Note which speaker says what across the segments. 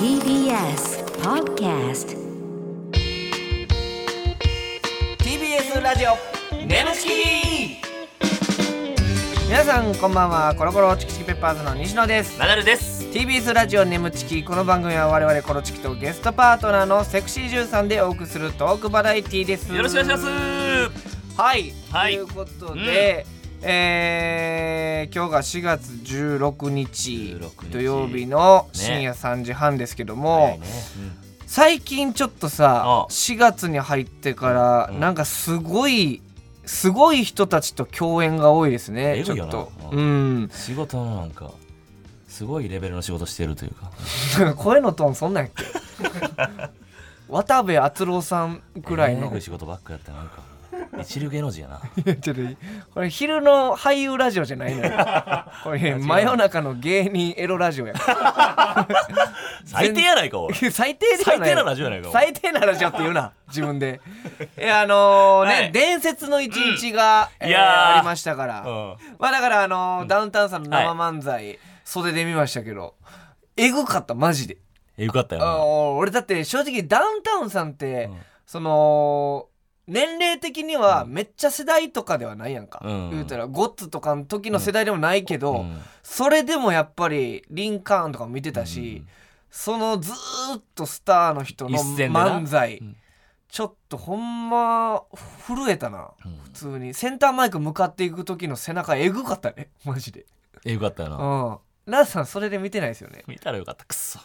Speaker 1: TBS Podcast
Speaker 2: TBS ラジオ
Speaker 3: ネムチキ
Speaker 2: 皆さんこんばんはコロコロチキチキペッパーズの西野です
Speaker 3: ナダルです。
Speaker 2: TBS ラジオネムチキこの番組は我々コロチキとゲストパートナーのセクシージュンさんでお送りするトークバラエティーです
Speaker 3: よろしくお願いします。
Speaker 2: はい、
Speaker 3: はい
Speaker 2: ということで、えー今日が4月16日
Speaker 3: 16日
Speaker 2: 土曜日の深夜3時半ですけども、
Speaker 3: ね
Speaker 2: 最近ちょっとさ
Speaker 3: あ
Speaker 2: 4月に入ってから、
Speaker 3: うん
Speaker 2: なんかすごいすごい人たちと共演が多いですね
Speaker 3: え
Speaker 2: ち
Speaker 3: ぐい
Speaker 2: ょ
Speaker 3: よ
Speaker 2: っ
Speaker 3: な
Speaker 2: と、
Speaker 3: う
Speaker 2: うん、
Speaker 3: 仕事のなんかすごいレベルの仕事してるというか。
Speaker 2: 声のトーンそんなんやっけ 渡部篤郎さんぐらい
Speaker 3: え
Speaker 2: の、
Speaker 3: ぐ仕事ばっかやってなんか一流芸能人やな。
Speaker 2: ちょっとこれ昼の俳優ラジオじゃ ないのよこれ真夜中の芸人エロラジオや
Speaker 3: 最低やないか おい。
Speaker 2: 最低では
Speaker 3: 最低なラジオやないか
Speaker 2: 最低なラジオって言う な自分でいやあのーね、
Speaker 3: はい
Speaker 2: 伝説の一日が、
Speaker 3: うん
Speaker 2: えー
Speaker 3: いやー
Speaker 2: ありましたから、
Speaker 3: う
Speaker 2: まあだからあのーダウンタウンさんの生漫才、袖で見ましたけどえぐかったマジで、
Speaker 3: ん。よかったよ
Speaker 2: あの
Speaker 3: な。
Speaker 2: ー俺だって正直ダウンタウンさんって、
Speaker 3: うん
Speaker 2: その年齢的にはめっちゃ世代とかではないやんか、
Speaker 3: うん
Speaker 2: 言うたらゴッツとかの時の世代でもないけど、
Speaker 3: うん
Speaker 2: それでもやっぱりリンカーンとかも見てたし、
Speaker 3: うん
Speaker 2: そのずーっとスターの人の
Speaker 3: 一線でな
Speaker 2: 漫才、
Speaker 3: うん
Speaker 2: ちょっとほんま震えたな
Speaker 3: うん
Speaker 2: 普通にセンターマイク向かっていく時の背中えぐかったねマジで
Speaker 3: えよかったよ
Speaker 2: う
Speaker 3: な。
Speaker 2: んラスさんそれで見てないですよね
Speaker 3: 見たらよかったくっそ。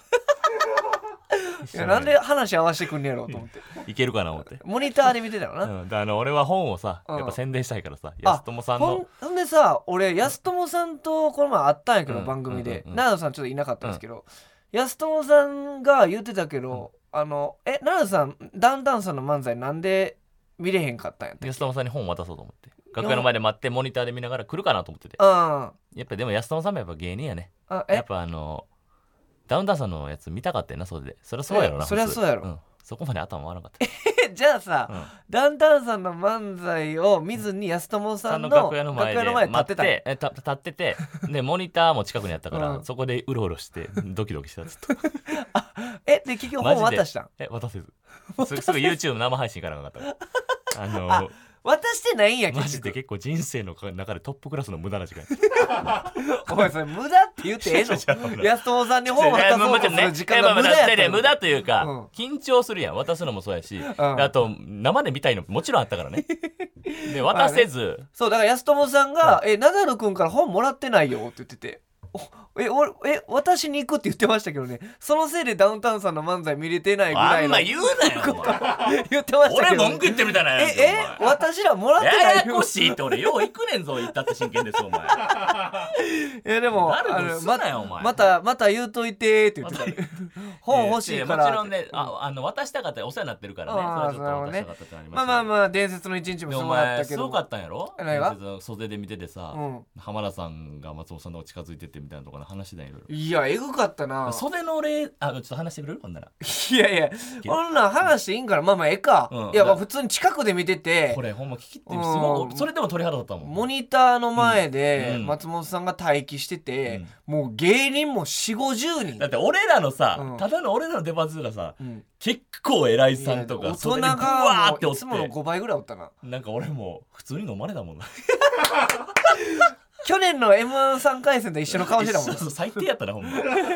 Speaker 2: いやなんで話合わせてくんねやろうと 思って
Speaker 3: いけるかな思って。
Speaker 2: モニターで見てたよな、
Speaker 3: うん、であの俺は本をさ
Speaker 2: うん
Speaker 3: やっぱ宣伝したいからさ安友さん
Speaker 2: ほん
Speaker 3: の
Speaker 2: ほんでさ俺安友さんとこの前会ったんやけど、
Speaker 3: うん
Speaker 2: 番組で
Speaker 3: うんうんうん
Speaker 2: 奈良、さんちょっといなかったんですけど、安友さんが言ってたけど、あのえ奈良さんダウンタウンさんの漫才なんで見れへんかったんやったっけ
Speaker 3: 安友さんに本を渡そうと思って楽屋の前で待ってモニターで見ながら来るかなと思ってて
Speaker 2: うんあ
Speaker 3: やっぱでも安友さんもやっぱ芸人やねや
Speaker 2: え
Speaker 3: っぱあのダウンタウンさんのやつ見たかったよなそれでそりゃそうやろな
Speaker 2: えそりゃ
Speaker 3: 普通
Speaker 2: そうやろ
Speaker 3: んそこまで頭回らなかった
Speaker 2: じゃあさ、
Speaker 3: うん
Speaker 2: ダウンタウンさんの漫才を見ずに安友さ
Speaker 3: さ
Speaker 2: ん
Speaker 3: ん
Speaker 2: の
Speaker 3: の楽屋の前で
Speaker 2: 楽屋
Speaker 3: 待
Speaker 2: 立っ
Speaker 3: ってて
Speaker 2: たんや
Speaker 3: えた立っててでモニターも近くにあったか
Speaker 2: う
Speaker 3: ら
Speaker 2: ん
Speaker 3: そこでうろうろしてドキド キしたずっと
Speaker 2: えで結局
Speaker 3: マ
Speaker 2: 本
Speaker 3: ジで
Speaker 2: 渡したん
Speaker 3: え渡せずすすぐ YouTube の生配信行かなかったあ の
Speaker 2: あ渡してないんや
Speaker 3: マジ
Speaker 2: 結
Speaker 3: で
Speaker 2: 局
Speaker 3: 結構人生の中でトップクラスの無駄な時間
Speaker 2: お前それ無駄って言ってええ
Speaker 3: ちょちょちょ
Speaker 2: の安友さんに本渡そうとする時間が無駄やったんや
Speaker 3: 無駄というか、
Speaker 2: うん
Speaker 3: 緊張するやん渡すのもそうやし、あと生で見たいのもちろんあったからね で渡せず、
Speaker 2: そうだから安友さんが「えナダル君から本もらってないよ」って言ってて「おえおえ私に行く」って言ってましたけどねそのせいでダウンタウンさんの漫才見れてないぐら
Speaker 3: あ
Speaker 2: い
Speaker 3: ん
Speaker 2: の
Speaker 3: ま言うなよお前
Speaker 2: 言ってました
Speaker 3: 俺
Speaker 2: けど、
Speaker 3: 文句言ってるみたいなやつ
Speaker 2: ええ
Speaker 3: お前
Speaker 2: 私らもらってない
Speaker 3: ややこしいって俺よう行くねんぞ言ったって真剣ですお前
Speaker 2: いやでも
Speaker 3: 誰
Speaker 2: あ
Speaker 3: も
Speaker 2: の
Speaker 3: す
Speaker 2: ま
Speaker 3: なよお前
Speaker 2: またまた言うといてって言ってた 本欲しいから
Speaker 3: もちろんねああの渡したかったらお世話になってるからね
Speaker 2: あー
Speaker 3: それはちょっと渡したかったってなりま
Speaker 2: まあ
Speaker 3: す
Speaker 2: まあ
Speaker 3: あ
Speaker 2: まあ伝説の一日も
Speaker 3: で
Speaker 2: そ
Speaker 3: お
Speaker 2: うだっ
Speaker 3: 前
Speaker 2: たけ
Speaker 3: す
Speaker 2: ど
Speaker 3: ごかったんやろ
Speaker 2: 何が
Speaker 3: 伝説の袖で見ててさ、
Speaker 2: うん
Speaker 3: 浜田さんが松本さんの方が近づいてってみたいなところの話だよいろいろ
Speaker 2: いやえぐかったな
Speaker 3: 袖の例あちょっと話してくれるほんなら
Speaker 2: いやいやこんなん話していいんからまあまあええか、
Speaker 3: うん
Speaker 2: いやまあ普通に近くで見てて
Speaker 3: これほんま聞きってす
Speaker 2: う
Speaker 3: ご
Speaker 2: ん
Speaker 3: いそれでも鳥肌だったもん
Speaker 2: モニターの前
Speaker 3: う
Speaker 2: で
Speaker 3: んうん
Speaker 2: 松本さんが待機してて、もう芸人も4 5 0
Speaker 3: だ
Speaker 2: 人、
Speaker 3: って俺らのさ、
Speaker 2: うん
Speaker 3: ただの俺らの出番すらさ
Speaker 2: うん、
Speaker 3: 結構偉いさんと
Speaker 2: いや大人
Speaker 3: か袖にブワ
Speaker 2: が
Speaker 3: ーって
Speaker 2: もうい
Speaker 3: 押
Speaker 2: つもの
Speaker 3: して
Speaker 2: 5倍ぐらいおったな
Speaker 3: なんか俺もう普通に飲まれたもんな
Speaker 2: 去年の m 1 3回戦と一緒の顔してたもん
Speaker 3: そう最低やったなほんま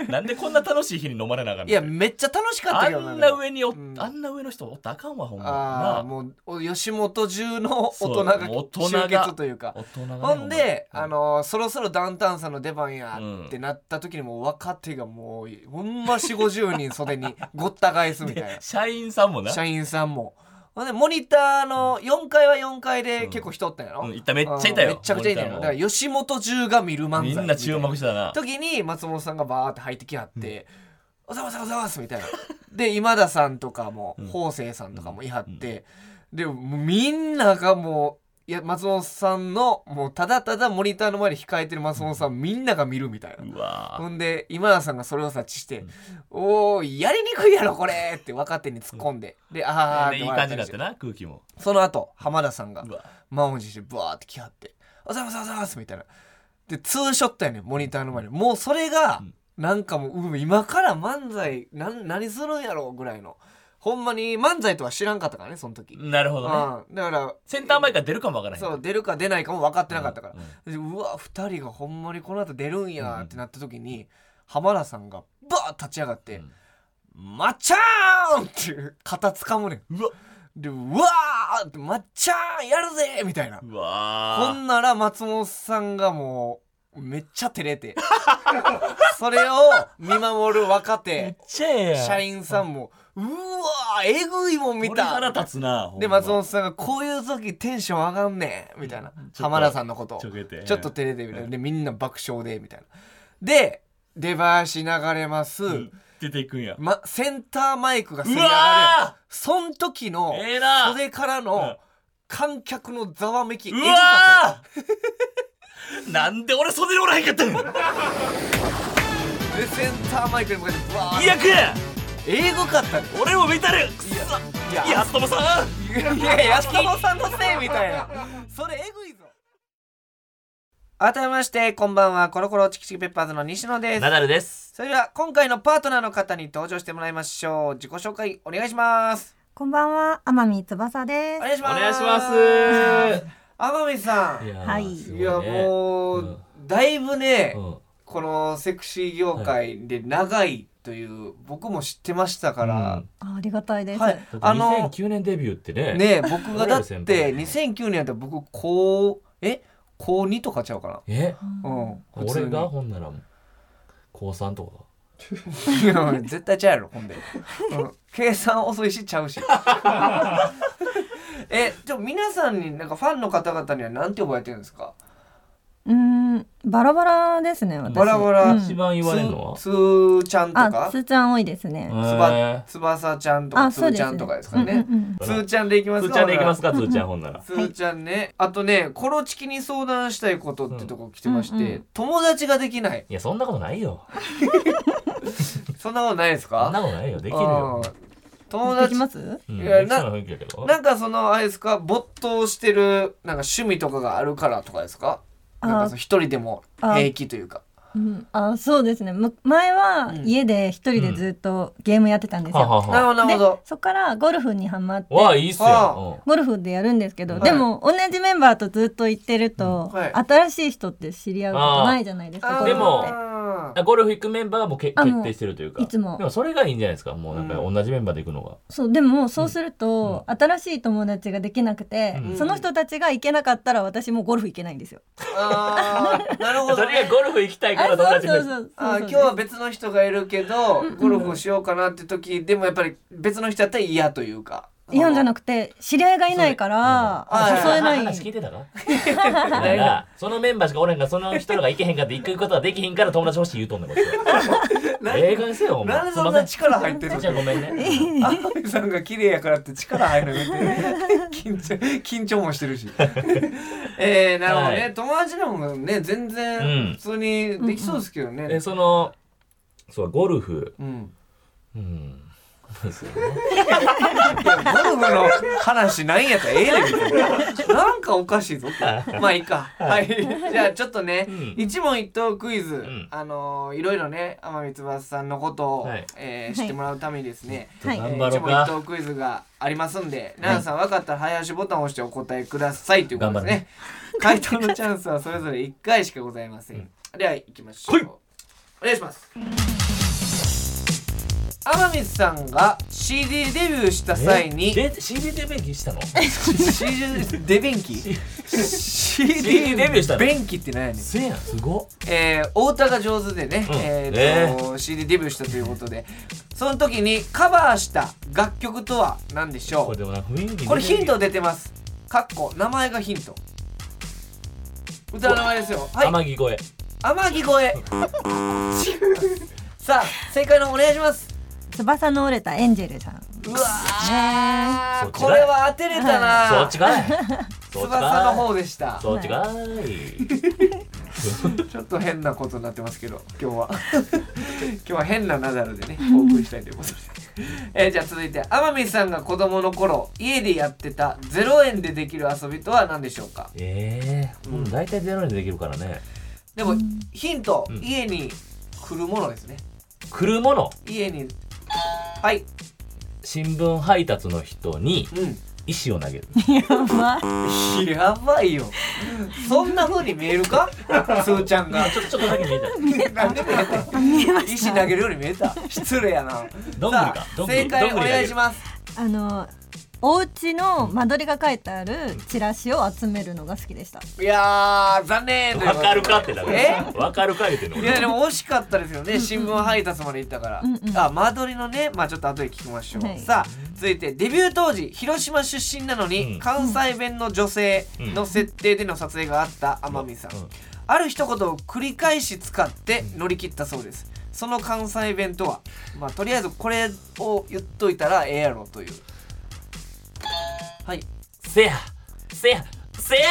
Speaker 3: なんでこんな楽しい日に飲まれなあかんの
Speaker 2: いやめっちゃ楽しかった
Speaker 3: あ
Speaker 2: けど
Speaker 3: んな上にお、
Speaker 2: うん
Speaker 3: あんな上の人おったらあかんわほんま
Speaker 2: ああ
Speaker 3: な
Speaker 2: もうお吉本中の大人
Speaker 3: そうも
Speaker 2: が
Speaker 3: う大人
Speaker 2: 集
Speaker 3: が
Speaker 2: 結というか
Speaker 3: 大人がね
Speaker 2: ほんで、
Speaker 3: ほま
Speaker 2: あのーそろそろダウンタウンさんの出番や
Speaker 3: うん
Speaker 2: ってなった時にもう若手がもうほんま4 5 0人袖に ごった返すみ たい
Speaker 3: 社員さんも
Speaker 2: な
Speaker 3: な
Speaker 2: 社員さんもほんでモニターの4階は4階で結構人おったんやろ、
Speaker 3: うん、いっためっちゃいたよ
Speaker 2: うんめちゃくちゃいたよ
Speaker 3: モ
Speaker 2: だ
Speaker 3: ニ
Speaker 2: か
Speaker 3: ター
Speaker 2: ら吉本中が見る漫
Speaker 3: も
Speaker 2: 才
Speaker 3: みんな注目したな
Speaker 2: 時に松本さんがバーって入ってきはって「おざますおざます」みたいな。で今田さんとかも
Speaker 3: うん
Speaker 2: 方正さんとかもいはって、でもうみんながもういや松本さんのもうただただモニターの前で控えてる松本さんみんなが見るみたいな。
Speaker 3: うわー
Speaker 2: ほんで今田さんがそれを察知して「おおやりにくいやろこれ!」って若手に突っ込んでで「ああ」っ
Speaker 3: で
Speaker 2: て
Speaker 3: いい
Speaker 2: 笑
Speaker 3: 感
Speaker 2: っ
Speaker 3: じ
Speaker 2: た
Speaker 3: にな
Speaker 2: り
Speaker 3: っ
Speaker 2: して
Speaker 3: てな空気も
Speaker 2: その後浜田さんが
Speaker 3: うわ
Speaker 2: 満を持してブワーって来はって「おざいますおざいます」みたいなでツーショットやねんモニターの前にもうそれが、なんかもううん今から漫才なん何するんやろうぐらいのほんまに漫才とは知らんかったからねその時、
Speaker 3: なるほどね
Speaker 2: うん、だから
Speaker 3: センター前から出るかもわからへん
Speaker 2: そう出るか出ないかも分かってなかったから
Speaker 3: うん、
Speaker 2: でうわ2人がほんまにこの後出るんやってなった時に、浜田さんがバーッ立ち上がって「まっちゃーん!」っていう肩つかむねん。
Speaker 3: うわ
Speaker 2: で「うわー!」って「まっちゃーんやるぜ!」みたいな。
Speaker 3: う
Speaker 2: ほ
Speaker 3: わー
Speaker 2: んなら松本さんがもうめっちゃ照れ てそれを見守る若
Speaker 3: めっ
Speaker 2: 手
Speaker 3: ちゃええやん
Speaker 2: 社員さんも「うわーえぐいもん見
Speaker 3: 俺腹
Speaker 2: た!」
Speaker 3: 立つなほんま
Speaker 2: で松本さんが「こういう時テンション上がんねん」みたいな
Speaker 3: うんちょっと
Speaker 2: 浜田さんのことを
Speaker 3: ちょけて
Speaker 2: ちょっと照れてみたいなでみんな爆笑でみたいなで出囃子流れます、
Speaker 3: うん出ていくんや
Speaker 2: ま、センターマイクがすり
Speaker 3: う
Speaker 2: 上がる
Speaker 3: わ
Speaker 2: そん時の
Speaker 3: ーええな
Speaker 2: 袖から
Speaker 3: うん
Speaker 2: の観客のざわめきえ
Speaker 3: う
Speaker 2: ぐかった
Speaker 3: わー なんで俺袖におらへんかった ん
Speaker 2: でセンターマイクに向かってバーッ
Speaker 3: 逆や
Speaker 2: 英語かったね
Speaker 3: 俺も見たるくっ
Speaker 2: い
Speaker 3: そいや安友さん
Speaker 2: いやいや安友さんのせいみたいなそれえぐいぞ改めましてこんばんはコロコロチキチキペッパーズの西野です
Speaker 3: ナダルです
Speaker 2: それでは今回のパートナーの方に登場してもらいましょう自己紹介お願いします
Speaker 4: こんばんは、天海翼で
Speaker 2: お
Speaker 4: す。
Speaker 2: 願いし
Speaker 3: お
Speaker 2: ます
Speaker 3: 願いします
Speaker 2: 天海さんい
Speaker 3: や
Speaker 4: はい
Speaker 3: すご
Speaker 2: や
Speaker 3: ね
Speaker 2: もう、
Speaker 3: う
Speaker 2: だいぶね、
Speaker 3: うん
Speaker 2: このセクシー業界で長いという、僕も知ってましたから、
Speaker 4: あありがたいです。
Speaker 2: はい
Speaker 3: うんだ
Speaker 2: あ
Speaker 3: って
Speaker 2: の
Speaker 3: 2009年デビューってね
Speaker 2: ね僕がだっ
Speaker 3: 俺ら先輩
Speaker 2: て2009年やったら僕高え高2とかちゃうか
Speaker 3: え
Speaker 2: なうん普通
Speaker 3: 俺
Speaker 2: に
Speaker 3: がほんなら高3とか
Speaker 2: いや絶対ちゃうやろほんで、うん、計算遅いしちゃうし えじゃあ皆さんになんかファンの方々には何て呼ばれてるんですか
Speaker 4: うーん、バラバラですね、私。
Speaker 2: バラバラ
Speaker 4: うん
Speaker 3: 一番言われるのは
Speaker 2: つつーちゃんと
Speaker 4: あ、
Speaker 2: か
Speaker 4: つーちゃん多いですね。
Speaker 2: つばつばさちゃんとか
Speaker 4: あ、
Speaker 2: つ
Speaker 4: そう
Speaker 2: ー
Speaker 4: で
Speaker 2: ち
Speaker 4: す
Speaker 2: ゃ
Speaker 4: ね。
Speaker 2: んとかですかね
Speaker 4: うんうん
Speaker 2: つーちゃんでいきます
Speaker 3: つ
Speaker 2: か
Speaker 3: ーちゃんでいきます
Speaker 2: か
Speaker 3: かつーちゃんほんなら
Speaker 2: つーちゃんねあとねコロチキに相談したいことってとこ来てまして、
Speaker 4: うんうんうん
Speaker 2: 友達ができない
Speaker 3: いやそんなことないよ
Speaker 2: そんなことないですか
Speaker 3: そんなことないよできるよ
Speaker 2: あー
Speaker 4: う
Speaker 2: 友
Speaker 4: ん。でき
Speaker 2: 達
Speaker 4: ます
Speaker 3: うん
Speaker 2: いや
Speaker 3: できそうな雰囲気やけど
Speaker 2: なんかそのあれですか没頭してるなんか趣味とかがあるからとかですか
Speaker 4: あ
Speaker 2: なんかその一人でも平気というか
Speaker 4: うん、あ、そうですね。む前は
Speaker 2: うん
Speaker 4: 家で一人でずっとゲームやってたんです
Speaker 3: はあ
Speaker 4: よ。
Speaker 3: はあ
Speaker 2: なる
Speaker 3: は
Speaker 2: ほどなるほど
Speaker 4: で、そこからゴルフにハマって
Speaker 3: あ、わあいいっす
Speaker 2: あ
Speaker 3: よ
Speaker 4: ゴルフでやるんですけど、
Speaker 2: はい
Speaker 4: でも同じメンバーとずっと行ってると、
Speaker 2: うんはい
Speaker 4: 新しい人って知り合うことないじゃないです
Speaker 2: あ
Speaker 4: か。
Speaker 2: ー
Speaker 4: ゴルフっ
Speaker 3: で
Speaker 4: て
Speaker 3: もうんゴルフ行くメンバーもけ
Speaker 4: あもう
Speaker 3: 決定してるというか
Speaker 4: いつも
Speaker 3: でもそれがいいんじゃないですかもうなんか同じメンバーで行くのが
Speaker 4: そうでもそうすると、新しい友達ができなくて、
Speaker 3: うん
Speaker 4: その人たちが行けなかったら私もうゴルフ行けないんですよ。
Speaker 2: あーなるほ
Speaker 3: と
Speaker 2: ど
Speaker 3: りあえ
Speaker 2: ね
Speaker 3: ずゴルフ行きたいから友達
Speaker 4: そうそう
Speaker 3: に
Speaker 4: そう
Speaker 2: あー
Speaker 4: そうそう
Speaker 2: 今日は別の人がいるけどゴルフをしようかなって時でもやっぱり別の人やったら嫌というか
Speaker 4: イオンじゃ
Speaker 2: な
Speaker 4: なくて知り合いがいないから
Speaker 2: そうね
Speaker 4: 誘えない。
Speaker 3: 話聞いてたか だからそのメンバーしかおらんからその人らが行けへんかって行くことはできへんから友達欲しい言うとんねんこっちはええ加減せよ お
Speaker 2: なんで
Speaker 3: 前
Speaker 2: す
Speaker 3: い
Speaker 2: そん
Speaker 3: ませ
Speaker 2: なん
Speaker 3: ち
Speaker 2: 力入ってる
Speaker 3: ーちゃんごめんね
Speaker 2: 天海さんが綺麗やからって力入るのやめて緊張緊張もしてるし えー、なるほどね、
Speaker 3: は
Speaker 2: 友達でもね全
Speaker 3: うん
Speaker 2: 然普通にできそうですけどね、
Speaker 3: えそのそうゴルフ
Speaker 2: うん
Speaker 3: うんですよね
Speaker 2: いやゴルフの話なんやったらええねんけどなんかおかしいぞまあいいかはいじゃあちょっとね、
Speaker 3: うん
Speaker 2: 一問一答クイズ、
Speaker 3: ん
Speaker 2: あのーいろいろね天海翼さんのことを、
Speaker 3: はい
Speaker 2: えー知ってもらうためにですね、
Speaker 4: はい
Speaker 3: 頑
Speaker 2: え
Speaker 3: 張
Speaker 2: ー
Speaker 3: ろ
Speaker 2: 一
Speaker 3: う
Speaker 2: 問一
Speaker 3: か
Speaker 2: 答クイズがありますんで、奈々さん分かったら早押しボタンを押してお答えくださいということですね。回答のチャンスはそれぞれ1回しかございません。では行きましょ。
Speaker 3: はいう
Speaker 2: お願いします。天海さんが CD デビューした際に
Speaker 3: えで CD デビューしたの
Speaker 2: CD デビンキ
Speaker 3: CD デビューしたの
Speaker 2: ベンキって何やねん、
Speaker 3: せやんすごっ
Speaker 2: えー、お歌が上手でね、
Speaker 3: うん
Speaker 2: えーと CD デビューしたということでその時にカバーした楽曲とは何でしょう
Speaker 3: これでもなんか雰囲気
Speaker 2: これヒント出てます。かっこ名前がヒント。歌の名前ですよ。はい。
Speaker 3: 天城越
Speaker 2: 天城 越え。さあ正解の方お願いします。
Speaker 4: 翼の折れたエンジェルさん。
Speaker 2: うわ
Speaker 3: そ
Speaker 2: ー
Speaker 3: っちだ
Speaker 2: これは当てれた
Speaker 3: えそっ
Speaker 2: な
Speaker 3: ち。かい そっち
Speaker 2: 翼の
Speaker 3: か
Speaker 2: 方でした
Speaker 3: い。そっちかい
Speaker 2: ちょっと変なことになってますけど、今日は 今日は変なナダルでねお送りしたいということで。えーじゃあ続いて天海さんが子供の頃家でやってた0円でできる遊びとは何でしょうか
Speaker 3: ええもう大体ゼロにできるからね
Speaker 2: でもヒント、
Speaker 3: うん
Speaker 2: 家に来るものですね
Speaker 3: 来るもの
Speaker 2: 家にはい
Speaker 3: 新聞配達の人に
Speaker 2: う
Speaker 3: 石を投げる
Speaker 4: ば
Speaker 2: ん やばいよそんな風に見える かすーちゃんが
Speaker 3: ちょっとちょっとだけ見えた
Speaker 2: なんで見えた石投げるように見えた失礼やな
Speaker 3: どんぐり
Speaker 2: さ
Speaker 3: かど
Speaker 2: あ
Speaker 3: んぐり
Speaker 2: 正解お願いします
Speaker 4: あのお家の間取りが書いてあるチラシを集めるのが好きでした。
Speaker 2: いやー残念という
Speaker 3: わ
Speaker 2: ことで
Speaker 3: かるかってだか
Speaker 2: え
Speaker 3: らわかるか言ってんの
Speaker 2: い
Speaker 3: 俺
Speaker 2: やでも惜しかったですよね新聞配達まで行ったから、
Speaker 4: うんうん
Speaker 2: あ間取りのねまあちょっと後で聞きましょう、
Speaker 4: はい
Speaker 2: さあ続いてデビュー当時広島出身なのに、
Speaker 3: うん
Speaker 2: 関西弁の女性の設定での撮影があった天海さん、
Speaker 3: うん
Speaker 2: ある一言を繰り返し使って乗り切ったそうですその関西弁とはまあとりあえずこれを言っといたらええやろというはい
Speaker 3: せやせやせや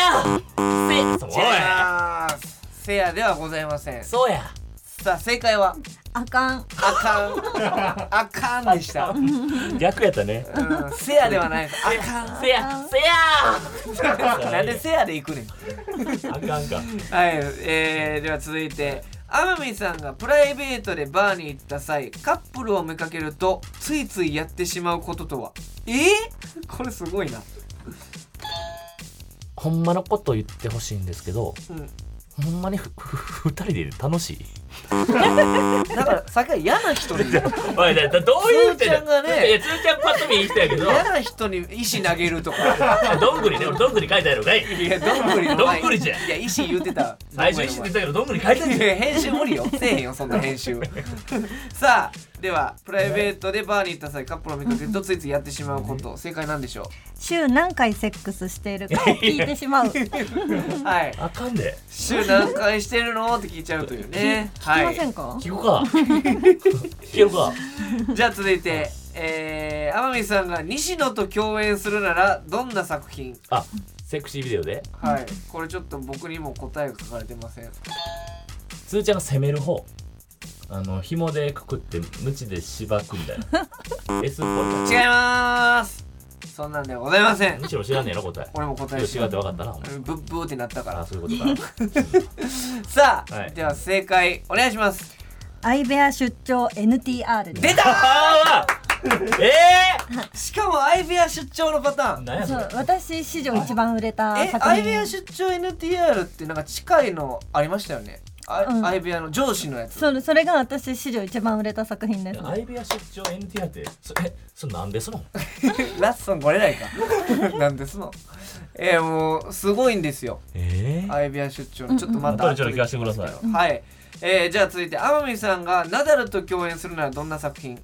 Speaker 3: せそう
Speaker 2: じ
Speaker 3: や
Speaker 2: ゃあせやではございません
Speaker 3: そうや
Speaker 2: さあ正解は
Speaker 4: あかん。
Speaker 2: あかんあかんで した
Speaker 3: 逆やったね
Speaker 2: うんせやではないです。あ
Speaker 3: せやせや
Speaker 2: か ん。なんでせやで行くねん。
Speaker 3: あかんか
Speaker 2: はい、えー、では続いて。天海さんがプライベートでバーに行った際カップルを見かけるとついついやってしまうこととはえー、これすごいな、
Speaker 3: ほんまのこと言ってほしいんですけど
Speaker 2: うん、
Speaker 3: ほんまにふふふ二人で楽しい
Speaker 2: だからさっきから嫌な人 に嫌
Speaker 3: おいだだどういう
Speaker 2: つーちゃんがね
Speaker 3: いやつーちゃんパッと見いい人やけど
Speaker 2: な人に石投げるとか
Speaker 3: どんぐりね俺どんぐり書いてあるのかい
Speaker 2: いやどんぐりの前に
Speaker 3: どんぐりじゃん
Speaker 2: いや石言ってた
Speaker 3: 最初に知ってたけどどんぐり書いてある
Speaker 2: い
Speaker 3: じゃん
Speaker 2: や編集無理よせえへんよそんな編集さあではプライベートでバーに行った際カップルを見かけるとついついやってしまうこと正解なんでしょ
Speaker 4: 週何回セックスしているかを聞いてしまう。聞き
Speaker 2: うはい
Speaker 3: あかんで
Speaker 2: 週何回してるのって聞いちゃうとい うねは
Speaker 4: ませ
Speaker 2: い
Speaker 4: んか？
Speaker 3: 聞くか聞けるか
Speaker 2: じゃあ続いてえー、天海さんが西野と共演するならどんな作品
Speaker 3: あセクシービデオで
Speaker 2: はいこれちょっと僕にも答えが書かれてません
Speaker 3: つーちゃんが攻める方あの紐でくくって鞭でしばくみたいな S っぽい感
Speaker 2: 違いますそんなんではございません
Speaker 3: じむしろ知らんねえな答え
Speaker 2: 俺も答え
Speaker 3: よ
Speaker 2: 知
Speaker 3: し
Speaker 2: ら
Speaker 3: 違
Speaker 2: ん
Speaker 3: って分かったなお前
Speaker 2: うんブッブーってなったか
Speaker 3: あ
Speaker 2: ら
Speaker 3: そういうことか
Speaker 2: さあ、
Speaker 3: はい
Speaker 2: では正解お願いします
Speaker 4: アイベア出張 NTR で
Speaker 2: 出た
Speaker 3: あーえ
Speaker 2: しかも相部屋出張のパター
Speaker 3: ー、
Speaker 2: ン
Speaker 3: なんや
Speaker 4: す。
Speaker 3: そ
Speaker 4: そう
Speaker 3: れ
Speaker 4: 私史上一番売れた
Speaker 2: え
Speaker 4: 作
Speaker 2: 相部
Speaker 4: 品
Speaker 2: 屋。出張 NTR ってなんか近いのありましたよねあ
Speaker 4: うん
Speaker 2: 相部屋の上司のやつ
Speaker 4: そうそれが私史上一番売れた作品です。
Speaker 3: 相部屋出張 NTR ってそえそれなんですの
Speaker 2: ラッソン来れないか なんですのえー、もうすごいんですよ
Speaker 3: えー、
Speaker 2: 相部屋出張のちょっとまた
Speaker 3: うんうん後でちょっと聞かせてくださ
Speaker 2: いはいえー、じゃあ続いて天海さんがナダルと共演するならどんな作品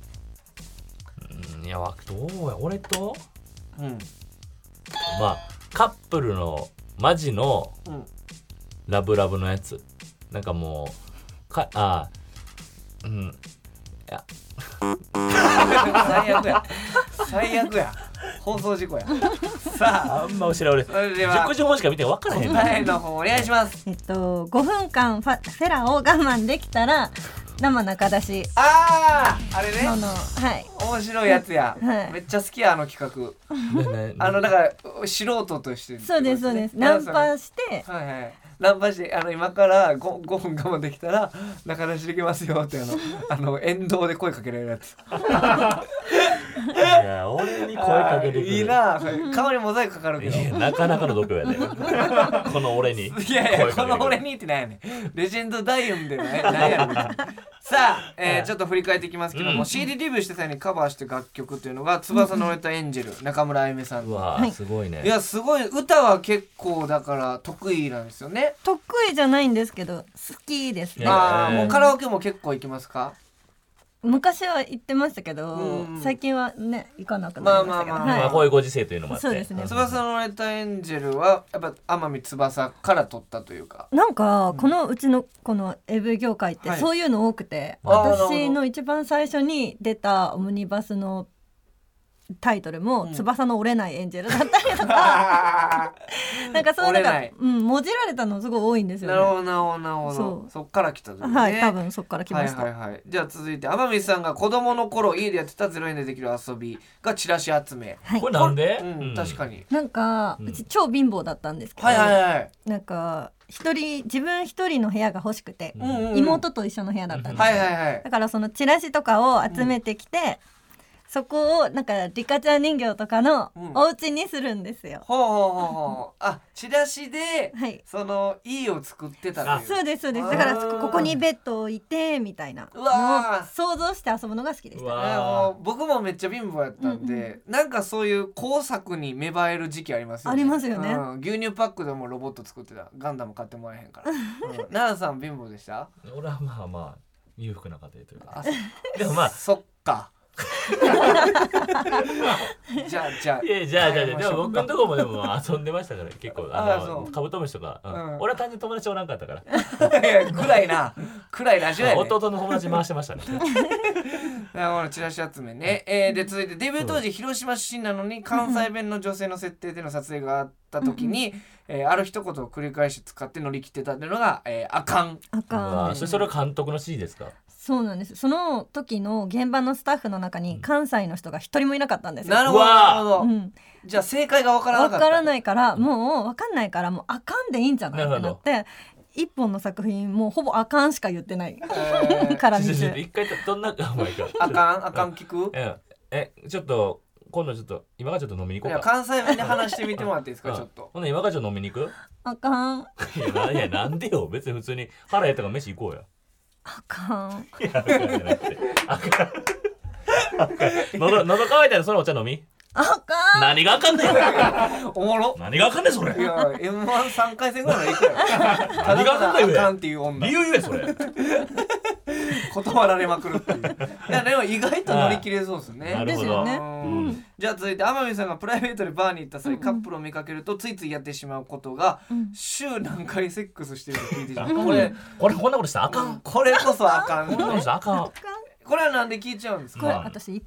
Speaker 3: うんいやわどうや俺と
Speaker 2: うん
Speaker 3: まあカップルのマジの
Speaker 2: うん
Speaker 3: ラブラブのやつなんかもうかあーうん
Speaker 2: 最悪や最悪や放送事故やさあ
Speaker 3: あんま後ろ俺
Speaker 2: それでは
Speaker 3: 熟女本しか見て分からへん
Speaker 2: 答えの方お願いします
Speaker 4: えっと5分間ファフェラを我慢できたら生中出し。
Speaker 2: あああれね
Speaker 4: そのはい。
Speaker 2: 面白いやつや、
Speaker 4: はい
Speaker 2: めっちゃ好きやあの企
Speaker 3: ねね
Speaker 2: 画あのだから素人として
Speaker 4: そうですそうです。
Speaker 2: ナ
Speaker 4: ナ
Speaker 2: ン
Speaker 4: ン
Speaker 2: パ
Speaker 4: パして
Speaker 2: はいはいナンパしてあの今からご 5, 分我慢できたら仲出しできますよってあの あの沿道で声かけられるやつ
Speaker 3: いや俺に声かけてくる
Speaker 2: あーいいな顔にモザイクかかるけど
Speaker 3: いやなかなかの度胸や ねこの俺に
Speaker 2: いやいや
Speaker 3: 声か
Speaker 2: こ
Speaker 3: けてくる
Speaker 2: の俺にってなんやねんレジェンドダイウンでないなんやねんさあ、えーちょっと振り返っていきますけども、
Speaker 3: うん
Speaker 2: CD デビューした際にカバーした楽曲というのが「翼の折れたエンジェル」中村あゆみさん
Speaker 3: う
Speaker 2: の
Speaker 3: わ
Speaker 4: はい
Speaker 3: すごいね
Speaker 2: いやすごい歌は結構だから得意なんですよね。
Speaker 4: 得意じゃないんですけど好きです
Speaker 3: い
Speaker 4: ね。
Speaker 3: や
Speaker 2: ああ
Speaker 3: ええ
Speaker 2: もうカラオケも結構行きますか。
Speaker 4: 昔は行ってましたけど
Speaker 2: うん
Speaker 4: 最近はね行かなくなりましたけど。
Speaker 2: まあまあまあ
Speaker 3: まあこう
Speaker 4: はい
Speaker 3: いうご時世というのもあって
Speaker 4: そうですね
Speaker 2: 翼のレタエンジェルはやっぱ天海翼から取ったとい うか。
Speaker 4: なんかこのうちのこの AV 業界って
Speaker 2: はい
Speaker 4: そういうの多くて、
Speaker 2: あーなるほど
Speaker 4: 私の一番最初に出たオムニバスのタイトルも
Speaker 2: う
Speaker 4: 「
Speaker 2: ん
Speaker 4: 翼の折れないエンジェル」 だったりとか、
Speaker 2: あ
Speaker 4: なんかそういうの
Speaker 2: 折れな
Speaker 4: が
Speaker 2: い、
Speaker 4: うん、もじられたのすごい多いんです
Speaker 2: ーなるほ
Speaker 4: よ
Speaker 2: どなるほどなるほ
Speaker 4: そ
Speaker 2: ど
Speaker 4: う
Speaker 2: そっから来たんだ
Speaker 4: ね。
Speaker 2: ね
Speaker 4: はい、多分そこから来ました。
Speaker 2: はいはいはいじゃあ続いて天海さんが子供の頃家でやってた0円でできる遊びがチラシ集め
Speaker 4: はい
Speaker 3: これなんで
Speaker 2: うん、確かに
Speaker 4: なんか、
Speaker 3: うん
Speaker 4: うち超貧乏だったんですけど、
Speaker 2: はいはいはい、
Speaker 4: なんか一人自分一人の部屋が欲しくて、
Speaker 2: うんうんうん、
Speaker 4: 妹と一緒の部屋だったんですよ、
Speaker 2: はいはいはい
Speaker 4: だからそのチラシとかを集めてきて、そこをなんかリカちゃん人形とかの
Speaker 2: うん
Speaker 4: お家にするんですよ、
Speaker 2: ほうほうほうほうあチラシで
Speaker 4: はい
Speaker 2: そのいいを作ってたってい
Speaker 4: そううですそうです
Speaker 2: あー
Speaker 4: だからそこここにベッドを置いてみたいな
Speaker 2: うわー
Speaker 4: のを想像して遊ぶのが好きでし
Speaker 3: う
Speaker 4: た
Speaker 2: あの
Speaker 3: わ
Speaker 2: 僕もめっちゃ貧乏やったんで、
Speaker 4: うん
Speaker 2: なんかそういう工作に芽生える時期ありますよね
Speaker 4: ありますよね
Speaker 2: うん牛乳パックでもロボット作ってたガンダム買ってもらえへ んから、うん、奈良さん貧乏でした
Speaker 3: ー俺はまあまあ裕福な家庭というか
Speaker 2: あそ
Speaker 3: でもまあ
Speaker 2: そっか じゃあじゃあ
Speaker 3: いやじゃあじゃあじゃ
Speaker 2: 帰
Speaker 3: あで
Speaker 2: りましょうか
Speaker 3: も僕のとこもでも遊んでまし たから結構あ
Speaker 2: あそ
Speaker 3: の
Speaker 2: う
Speaker 3: カブトムシとか、うん
Speaker 2: うん
Speaker 3: 俺は単純に友達おらんかったから
Speaker 2: いや暗いな暗いラジオやね
Speaker 3: 弟の友達回して ましたね
Speaker 2: なるほどチラシ集めね、えーで続いてデビュー当時広島出身なのに関西弁の女性の設定での撮影があった時に、えーある一言を繰り返し使って乗り切ってたっていうのが「えーあかん
Speaker 4: あか
Speaker 3: あ
Speaker 4: ん
Speaker 3: ーそれそれは監督の指示ですか
Speaker 4: そうなんですその時の現場のスタッフの中に関西の人が一人もいなかったんで」すよ
Speaker 2: なるほど
Speaker 3: うわ
Speaker 2: な
Speaker 3: ー
Speaker 2: るほど、
Speaker 4: うん、
Speaker 2: じゃあ正解がわからな
Speaker 4: わ
Speaker 2: かった
Speaker 4: からないいからもうわかんないからもうあかんでいいんじゃないって
Speaker 3: なるほ
Speaker 4: な
Speaker 3: ど
Speaker 4: って一本の作品もうほぼあかんしか言ってない
Speaker 2: え ー
Speaker 4: から
Speaker 3: ちょちょちょ
Speaker 4: 20
Speaker 3: 一回どんなお前か
Speaker 2: あかんあかん聞く
Speaker 3: うんえちょっと今度ちょっと今からちょっと飲みに
Speaker 2: い
Speaker 3: 行こ
Speaker 2: や
Speaker 3: うか
Speaker 2: 関西弁で話してみてもらっていいです
Speaker 3: う
Speaker 2: か
Speaker 3: ん
Speaker 2: ちょっと
Speaker 3: ほんなら今からちょっと飲みに行く
Speaker 4: あかん
Speaker 3: いやないやなんでよ別に普通に腹減ったから飯行こうよ
Speaker 4: あかん
Speaker 3: いやあかんじゃなくてあかんあかん喉喉乾いたらそのお茶飲み
Speaker 4: あかん
Speaker 3: 何があかんねん
Speaker 2: おもろ
Speaker 3: 何があかんねんそれ
Speaker 2: いや m 1三回戦ぐらいのい くよただ
Speaker 3: 何が
Speaker 2: ただ
Speaker 3: あかんだよ
Speaker 2: あかんっていう女
Speaker 3: 理由言えそれ
Speaker 2: 断られまくるっていう いやでも意外と乗り切れそうですね
Speaker 3: なる
Speaker 4: で
Speaker 3: ほ
Speaker 4: す
Speaker 3: ど
Speaker 4: よね
Speaker 2: うん
Speaker 3: うん
Speaker 2: じゃあ続いて天海さんがプライベートでバーに行った際
Speaker 4: ん
Speaker 2: カップルを見かけるとついついやってしまうことが
Speaker 4: うん
Speaker 2: 週何回セックスしてるか聞いてしま
Speaker 3: う
Speaker 2: うんこれ
Speaker 3: これこんなことしたらあかん
Speaker 2: これこそあかん
Speaker 3: こんなことしたらあかん
Speaker 2: これはなんで聞いちゃうんです
Speaker 4: これ
Speaker 2: か
Speaker 3: まあ
Speaker 4: 私一般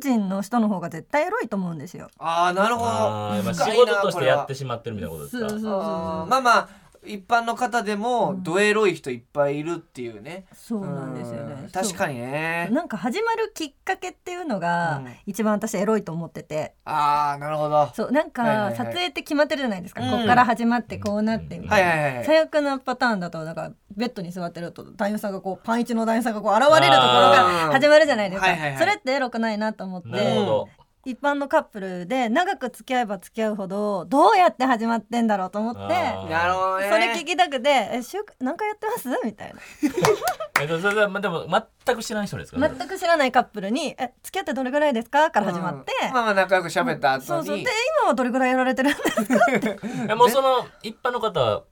Speaker 4: 人の人の方が絶対エロいと思うんですよ
Speaker 2: ああなるほど
Speaker 3: あーまあ
Speaker 2: 深
Speaker 3: 仕
Speaker 2: いな
Speaker 3: 事とし
Speaker 2: こ
Speaker 3: て
Speaker 2: れは
Speaker 3: やってしまってるみたいなことです
Speaker 4: そう
Speaker 3: か
Speaker 4: そう
Speaker 2: あ
Speaker 4: そ
Speaker 2: ー
Speaker 4: う
Speaker 2: まあまあ一般の方でもドエロい人いっぱいいるっていうね
Speaker 4: そうなんですよね
Speaker 2: うん確かにね
Speaker 4: なんか始まるきっかけっていうの
Speaker 2: う
Speaker 4: が
Speaker 2: ん
Speaker 4: 一番私エロいと思ってて
Speaker 2: ああなるほどは
Speaker 4: そうなん
Speaker 2: はいはいは
Speaker 4: か
Speaker 2: い
Speaker 4: 撮影って決まってるじゃないですか
Speaker 2: うん
Speaker 4: ここから始まってこうなってみ
Speaker 2: い
Speaker 4: たいな
Speaker 2: はいはい
Speaker 4: 最悪なパターンだとなんかベッドに座ってると男優さんがこうパンイチの男優さんがこう現れるところ
Speaker 2: あー
Speaker 4: が始まるじゃないですか、
Speaker 2: はいはいはい
Speaker 4: それってエロくないなと思っ
Speaker 3: なる
Speaker 4: て
Speaker 3: ほど
Speaker 4: 一般のカップルで長く付き合えば付き合うほどどうやって始まってんだろうと思って
Speaker 3: あ
Speaker 2: なるほ
Speaker 4: そ
Speaker 2: どね
Speaker 4: れ聞きたくて「え週何回やってます?」みたい
Speaker 3: えっとそれでまあでも全く知らない人ですか
Speaker 4: な
Speaker 3: ら
Speaker 4: 全く知らないカップルに「え付き合ってどれぐらいですか?」から始まって、
Speaker 2: うんまあまあ仲良く喋った
Speaker 4: そ
Speaker 2: 後
Speaker 4: うそうで
Speaker 2: に
Speaker 4: 今はどれぐらいやられてる んですか
Speaker 3: えもうその一般の方は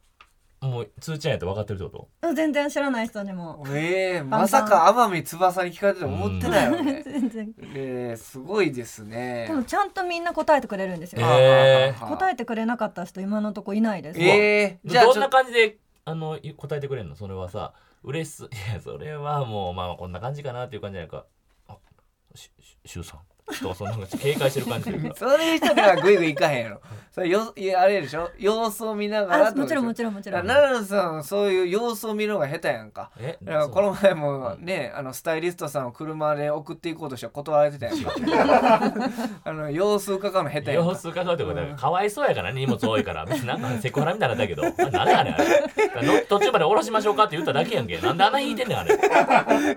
Speaker 3: もう通知ないと分かってるってこと
Speaker 4: うん全然知らない人にも
Speaker 2: ええ
Speaker 4: パンパン
Speaker 2: まさか天海翼に聞かれてると思ってないよ ね
Speaker 4: 全然
Speaker 2: えー、すごいですね
Speaker 4: で。もちゃんとみんな答えてくれるんですよ、
Speaker 3: ええ
Speaker 2: はあはあはあ
Speaker 4: 答えてくれなかった人今のとこいないです、
Speaker 2: えー、じ
Speaker 3: じ
Speaker 2: ゃあ
Speaker 3: ど
Speaker 2: ち
Speaker 3: ん
Speaker 2: ょ
Speaker 3: な
Speaker 2: っと
Speaker 3: 感じであのい答えてくれるのそれはさ嬉しすいやそれはもうまあこんな感じかなっていう感じじゃないかあしししゅうさんとかそんな感じ警戒してる感じという か
Speaker 2: そういう人にはグイグイ行かへんやろ。それよいやあれでしょ様子を見ながら
Speaker 4: あもちろんもちろんもち
Speaker 2: ろ
Speaker 4: ろん
Speaker 2: 奈良さんそういう様子を見るのが下手やんか。
Speaker 3: え
Speaker 2: だからこの前もねあのスタイリストさんを車で送っていこうとしたら断られてたやんか。 あの様子伺うの下手やん
Speaker 3: 様
Speaker 2: か。
Speaker 3: 子伺うってことはかわいそうやからね荷物多いから別になんかセクハラみたいなのだけどあなんであれあれだからの途中まで降ろしましょうかって言っただけやんけなんで穴引いてんねんあれ
Speaker 2: い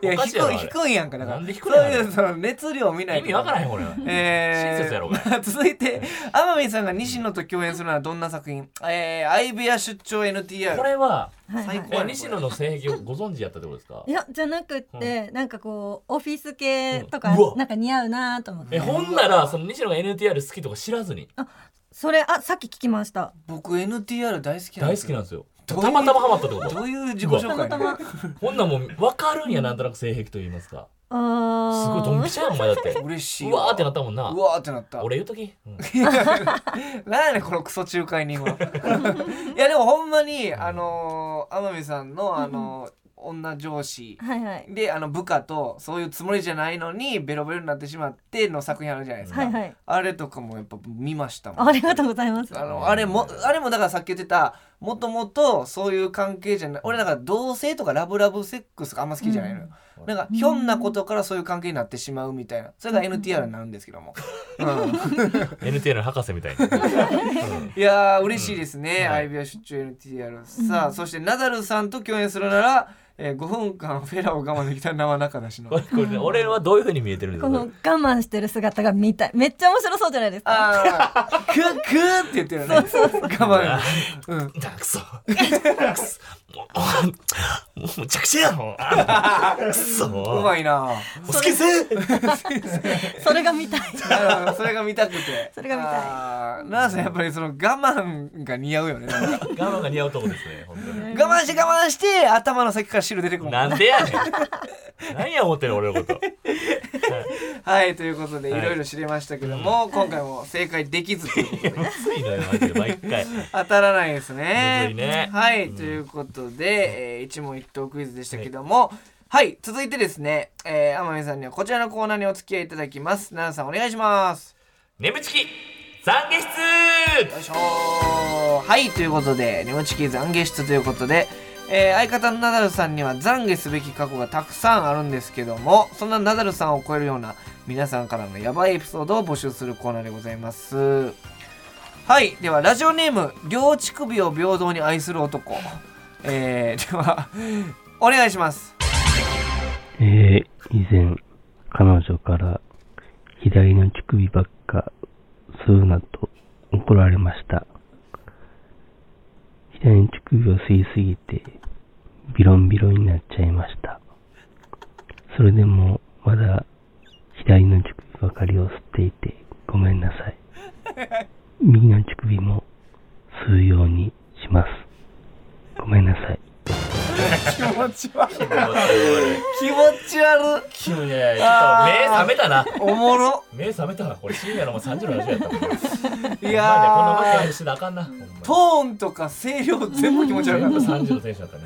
Speaker 2: や
Speaker 3: おか
Speaker 2: 引
Speaker 3: しいや
Speaker 2: く
Speaker 3: ろあれ
Speaker 2: 引くんやんかだから。
Speaker 3: なんで引くん
Speaker 2: そ
Speaker 3: や
Speaker 2: う
Speaker 3: ろ
Speaker 2: いうその熱量を見ない
Speaker 3: 意
Speaker 2: と
Speaker 3: 味わからへんこれは
Speaker 2: えー
Speaker 3: 親切やろお前
Speaker 2: 続いて天海さんが西野と共演するのはどんな作品、えー、アイビア出張 NTR
Speaker 3: これは
Speaker 4: はいはい
Speaker 2: 最高
Speaker 3: え西野の性癖をご存知やったってことですか
Speaker 4: いやじゃなくって、なんかこうオフィス系と
Speaker 3: う
Speaker 4: か
Speaker 3: んうわ
Speaker 4: なんか似合うなと思っ
Speaker 3: え
Speaker 4: て
Speaker 3: ほんならその西野が NTR 好きとか知らずに
Speaker 4: それあさっき聞きました
Speaker 2: 僕 NTR 大好きなん
Speaker 3: 大
Speaker 2: で
Speaker 3: 好
Speaker 2: す
Speaker 3: き
Speaker 2: よ
Speaker 3: なんですよ
Speaker 2: どういう
Speaker 3: たまたまハマったってこと
Speaker 2: どういう自己紹介
Speaker 4: たまたま
Speaker 3: ほんなんもう分かるんやなんとなく性癖と言いますかすごい
Speaker 4: あ
Speaker 3: ドンピシャやんお前だって
Speaker 2: 嬉しいう
Speaker 3: わーってなったもんな
Speaker 2: うわーってなった
Speaker 3: 俺言うとき、 うん
Speaker 2: なんやねんこのクソ仲 介人はいやでもほんまにあのー天海さんのあのー女上司
Speaker 4: はいはい
Speaker 2: であの部下とそういうつもりじゃないのにベロベロになってしまっての作品あるじゃないですか、
Speaker 4: はいはい
Speaker 2: あれとかもやっぱ見ましたもん
Speaker 4: ありがとうございます
Speaker 2: あのあれもあれもだからさっき言ってたもともとそういう関係じゃない俺だから同性とかラブラブセックスがあんま好きじゃないのよ、
Speaker 3: うん
Speaker 2: なんかひょんなことからそういう関係になってしまうみたいなそれが NTR になるんですけども、うん
Speaker 3: NTR の博士みたいな、うん
Speaker 2: いやー嬉しいですね、
Speaker 3: はい
Speaker 2: アイビア出張 NTR さあ、そしてナダルさんと共演するなら、えー、5分間フェラを我慢できた生中出しの
Speaker 3: これこれね俺はどういうふうに見えてるんです
Speaker 4: こ
Speaker 3: か
Speaker 4: の我慢してる姿が見たいめっちゃ面白そうじゃないですか
Speaker 2: ああ、クックーって言ってるよね。我慢。うん。
Speaker 3: だくそ。くそ。もう、もう、むちゃくちゃやろ。くそ。
Speaker 2: う
Speaker 3: も
Speaker 2: まいな。
Speaker 3: う好きせ。
Speaker 4: それが見たい
Speaker 2: うんそれが見たく て。
Speaker 4: それが見たい
Speaker 2: い。なあさんやっぱりその我慢が似合うよね。なんか
Speaker 3: 我慢が似合うとこですね。本当に。
Speaker 2: 我慢して我慢して頭の先から汁出てくるもん。
Speaker 3: なんでやねん。何や思ってる俺のこと。
Speaker 2: はいということでい
Speaker 3: はい
Speaker 2: ろいろ知れましたけども、今回も正解できずという ことで
Speaker 3: ついのよマジで毎回。
Speaker 2: 当たらないです
Speaker 3: むずいね
Speaker 2: はい、
Speaker 3: うん
Speaker 2: ということで、えー一問一答クイズでしたけども。はい続いてですね、えー、天海さんにはこちらのコーナーにお付き合いいただきます。奈々さんお願いします。
Speaker 3: 眠ちき懺悔
Speaker 2: よいしょーはいということで「ネムチキ懺悔室」ということで、えー相方のナダルさんには懺悔すべき過去がたくさんあるんですけどもそんなナダルさんを超えるような皆さんからのヤバいエピソードを募集するコーナーでございますはいではラジオネーム「両乳首を平等に愛する男」えー、ではお願いします
Speaker 5: えー、以前、彼女から、左の乳首ばっか吸うなと怒られました。左の乳首を吸いすぎて、ビロンビロンになっちゃいました。それでも、まだ、左の乳首ばかりを吸っていて、ごめんなさい。右の乳首も吸うようにします。ごめんなさい。
Speaker 2: 気持ち悪い
Speaker 3: す
Speaker 2: 気持ち悪い
Speaker 3: 急にねちょっと目覚めたな。
Speaker 2: おもろ
Speaker 3: 目覚めたな。これ深夜のもう3時のラジオやったもん。
Speaker 2: い
Speaker 3: いやこんなこと
Speaker 2: や
Speaker 3: やる
Speaker 2: ー
Speaker 3: しなあかんな。
Speaker 2: トーンとか声量全部気持ち悪かった
Speaker 3: 全部三十の選手だったね。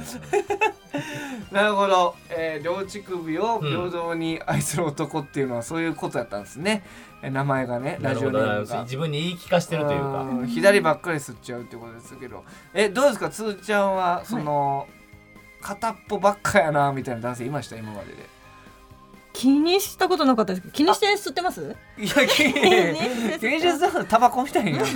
Speaker 2: なるほど、えー両乳首を平等に愛する男っていうのはそういうことやったんですね、え名前がね
Speaker 3: な
Speaker 2: ラ
Speaker 3: る
Speaker 2: ジ
Speaker 3: ほ
Speaker 2: オネー
Speaker 3: ど
Speaker 2: ムが
Speaker 3: 自分に言い聞かしてるというか。
Speaker 2: うん左ばっかり吸っちゃうってことですけどえどうですかつーちゃんはその、片っぽばっかやなみたいな男性いました今までで
Speaker 4: 気にしたことなかったですけど気にして吸ってます
Speaker 2: いや気に
Speaker 4: して
Speaker 2: 気にして吸うのタバコみたいになんか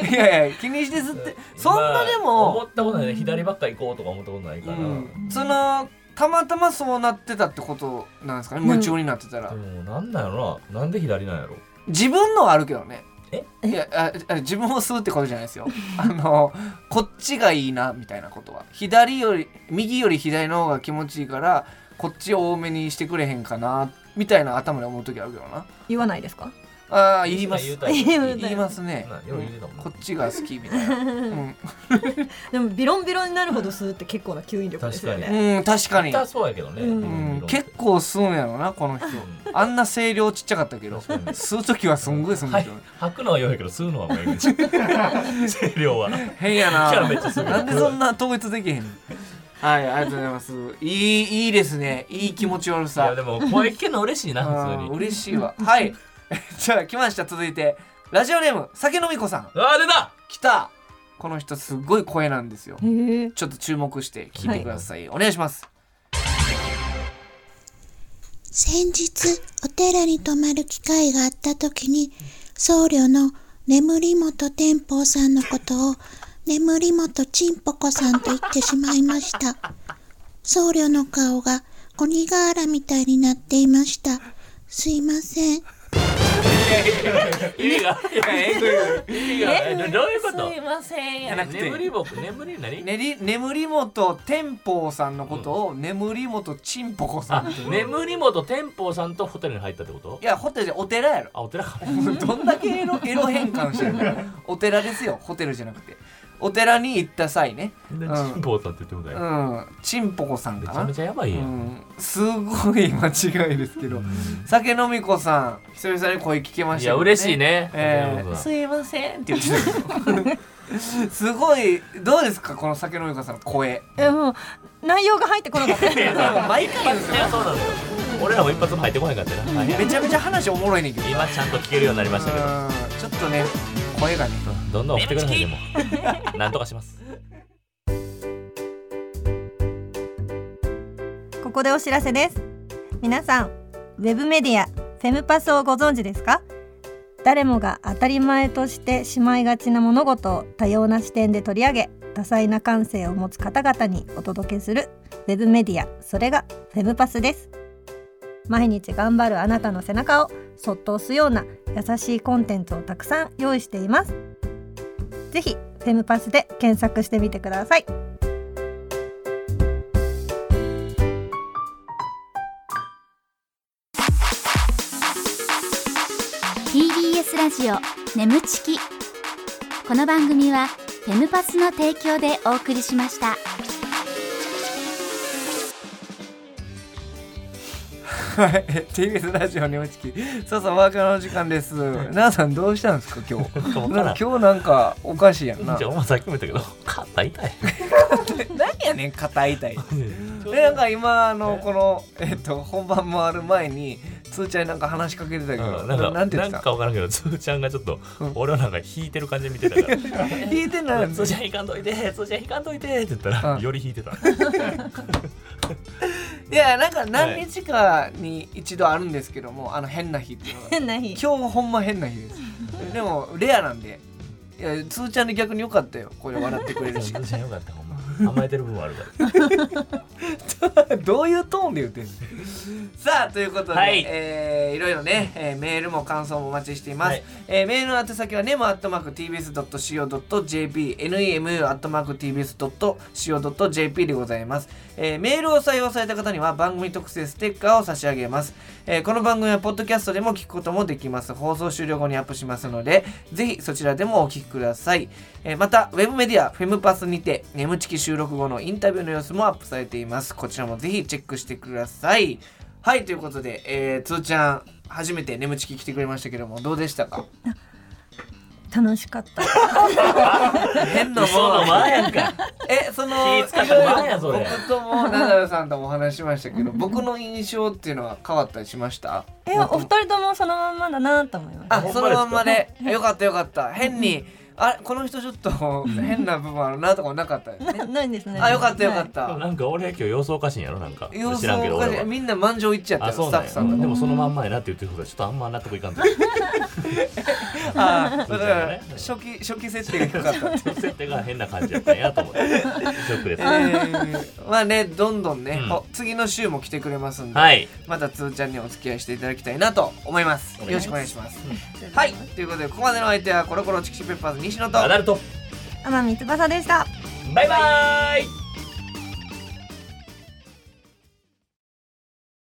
Speaker 2: いやいや気にして吸ってそんなで
Speaker 3: まあ思
Speaker 2: も、
Speaker 3: ったことないね左ばっか行こうとか思ったことないから、
Speaker 2: うん、そのたまたまそうなってたってことなんですかね夢中になってたら、
Speaker 3: でもなんなんやろななんで左なんやろ
Speaker 2: 自分のはあるけどね
Speaker 3: え
Speaker 2: いやああ自分を吸うってことじゃないですよ あのこっちがいいなみたいなことは左より右より左の方が気持ちいいからこっちを多めにしてくれへんかなみたいな頭で思う時あるけどな
Speaker 4: 言わないですか
Speaker 2: ああ言います
Speaker 3: 言
Speaker 2: 言
Speaker 3: うたら
Speaker 4: 言うたら
Speaker 2: いますね
Speaker 3: なよう言うてたもんな
Speaker 2: こっちが好きみたいな、 うん
Speaker 4: でもビロンビロンになるほど吸うって結構な吸引力ですよね
Speaker 2: うん、確かに、
Speaker 3: 痛そうやけどね、
Speaker 4: うん
Speaker 2: うん、結構吸うんやろなこの人
Speaker 3: ん
Speaker 2: あんな声量ちっちゃかったけど
Speaker 3: 確かに
Speaker 2: 吸う時はすんごい吸うん
Speaker 3: は
Speaker 2: で
Speaker 3: い
Speaker 2: しょ、
Speaker 3: 吐くのは良いけど吸うのはもうやめて 声量は
Speaker 2: 変やな。
Speaker 3: キャラめっちゃすごい
Speaker 2: なんでそんな統一できへんの。はい、ありがとうございます。いい、いいですね。いい気持ち悪
Speaker 3: いや
Speaker 2: さ
Speaker 3: で。も声聞けるの嬉しいな
Speaker 2: あ
Speaker 3: 普
Speaker 2: ー
Speaker 3: 通に
Speaker 2: 嬉しいわ。はい。 じゃあ、来ました。続いて。ラジオネーム、酒飲み子さん。
Speaker 3: あー出た
Speaker 2: 来た。この人、すごい声なんですよ。
Speaker 4: へえ
Speaker 2: ちょっと注目して聞いてください。お願いします。
Speaker 6: 先日お寺に泊まる機会があった時に僧侶の眠り元天保さんのことを眠り元ちんぽこさんと言ってしまいました僧侶の顔が鬼瓦みたいになっていましたすいません
Speaker 3: 意味が
Speaker 2: いや、え
Speaker 3: 意味がえどどういうこと
Speaker 4: ません
Speaker 2: やなくて
Speaker 3: 眠りぼ眠り何、
Speaker 2: ねり、眠り元天保さんのことを、眠り元ちんぽこさん
Speaker 3: あ
Speaker 2: っていう。
Speaker 3: 眠り元天保さんとホテルに入ったってこと
Speaker 2: いや、ホテルじゃ、お寺やろ。
Speaker 3: あお寺か
Speaker 2: どんだけエロエロ変換してるのお寺ですよホテルじゃなくてお寺に行った際ね
Speaker 3: で
Speaker 2: うん
Speaker 3: チンポさんって言っても
Speaker 2: う
Speaker 3: だよ
Speaker 2: んちんぽこさん
Speaker 3: め
Speaker 2: か
Speaker 3: ちゃ
Speaker 2: な
Speaker 3: めちゃやば
Speaker 2: う
Speaker 3: いやん
Speaker 2: んすごい間違いですけど酒飲み子さん久々に声聞けま
Speaker 3: い
Speaker 2: したけ
Speaker 3: や
Speaker 2: ど
Speaker 3: 嬉しいね。
Speaker 2: えー
Speaker 3: 竹山さん
Speaker 2: すいませんって言ってたけど すごいどうですかこの酒飲み子さんの声
Speaker 4: えもう内容が入ってこなかった
Speaker 2: 毎回
Speaker 3: いやそうなのよ俺らも一発も入ってこないかったな、大変
Speaker 2: めちゃめちゃ話おもろいねんけど
Speaker 3: 今ちゃんと聞けるようになりましたけど
Speaker 2: うんちょっとね声がね
Speaker 3: どんどん送ってくださいでもなんとかします
Speaker 4: ここでお知らせです皆さんウェブメディアフェムパスをご存知ですか誰もが当たり前としてしまいがちな物事を多様な視点で取り上げ多彩な感性を持つ方々にお届けするウェブメディアそれがフェムパスです毎日頑張るあなたの背中をそっと押すような優しいコンテンツをたくさん用意していますぜひフェムパスで検索してみてください
Speaker 7: ラジオ眠ちきこの番組はフェムパスの提供でお送りしました
Speaker 2: はい TBS ラジオに落ちきそうそうワーカーの時間ですなあさんどうしたんですか今日
Speaker 3: 分からん
Speaker 2: なんか今日なんかおかしいやんな
Speaker 3: じゃあお前さっきも言ったけど肩痛い
Speaker 2: 何やねん肩痛いでなんか今あのこの、えっと、本番回る前につーちゃんになんか話しかけてたけど、
Speaker 3: うん
Speaker 2: な
Speaker 3: なんか
Speaker 2: んて言っ
Speaker 3: なん
Speaker 2: て
Speaker 3: か
Speaker 2: た
Speaker 3: 分からんけどつーちゃんがちょっと
Speaker 2: うん
Speaker 3: 俺をなんか引いてる感じで見てたから「
Speaker 2: 聞いてない
Speaker 3: つーちゃん引かんといてつーちゃん引かんといて」って言ったら
Speaker 2: うん
Speaker 3: より引い てた
Speaker 2: いやなんか何日かに一度あるんですけどもあの変な日っていうの が
Speaker 4: 変な日
Speaker 2: 今日ほんま変な日ですでもレアなんでいやつーちゃんで逆に良かったよこれ笑ってくれる
Speaker 3: でもつ
Speaker 2: し
Speaker 3: ーちゃんよかったほんま甘えてる部分はあるから
Speaker 2: どういうトーンで言ってんのさあということで、
Speaker 3: はい
Speaker 2: いえーいろいろね、えーメールも感想もお待ちしています、
Speaker 3: はい
Speaker 2: えーメールの宛先は nemo.tbs.co.jp nemu.tbs.co.jp でございます、えーメールを採用された方には番組特製ステッカーを差し上げます、えーこの番組はポッドキャストでも聞くこともできます放送終了後にアップしますのでぜひそちらでもお聞きください、えーまたウェブメディアフェムパスにて眠ちき収録後のインタビューの様子もアップされていますこちらもぜひチェックしてくださいはいということで、えー、つーちゃん初めて眠ちき来てくれましたけどもどうでしたか
Speaker 4: 楽しかった
Speaker 2: 変なもん
Speaker 3: その前やんか
Speaker 2: えその
Speaker 3: 気使っ
Speaker 2: い
Speaker 3: たら
Speaker 2: ろいろ
Speaker 3: なんやそれ
Speaker 2: 僕ともナダルさんともお話ししましたけど僕の印象っていうのは変わったりしました
Speaker 4: えお二人ともそのまんまだなと思いました
Speaker 2: あそのまんまでよかったよかった変にあこの人ちょっと変な部分あるなとかなかったですね
Speaker 4: な ないんですね
Speaker 2: あよかったよか
Speaker 4: はい
Speaker 2: っ
Speaker 3: でも
Speaker 2: た
Speaker 3: なんか俺今日様子おかしいんやろなんか
Speaker 2: 様
Speaker 3: 知
Speaker 2: 子
Speaker 3: らんけ
Speaker 2: お
Speaker 3: ど
Speaker 2: か
Speaker 3: 俺
Speaker 2: しい
Speaker 3: は
Speaker 2: みんな満場一致やった
Speaker 3: あ
Speaker 2: よ
Speaker 3: そう
Speaker 2: スタ
Speaker 3: な
Speaker 2: ッ
Speaker 3: ん
Speaker 2: フ
Speaker 3: や
Speaker 2: さんが
Speaker 3: でもそのまんまやなって言ってることはちょっとあんま納得いかんと
Speaker 2: あだか
Speaker 3: そうだ
Speaker 2: ら
Speaker 3: ね
Speaker 2: 初期初期設定が低かった
Speaker 3: 設定が変な感じやったんやと思ってショックです
Speaker 2: え ーまあねどんどんね、
Speaker 3: うん
Speaker 2: お次の週も来てくれますんで、
Speaker 3: はい
Speaker 2: またつーちゃんにお付き合いしていただきたいなと思います
Speaker 3: お
Speaker 2: よ
Speaker 3: 願
Speaker 2: ろ
Speaker 3: い
Speaker 2: し
Speaker 3: し
Speaker 2: くお願いします、はいということでここまでのお相手はコロコロチキシペッパーズ西野と
Speaker 3: アダルト
Speaker 4: 天海翼でした
Speaker 3: バイバーイ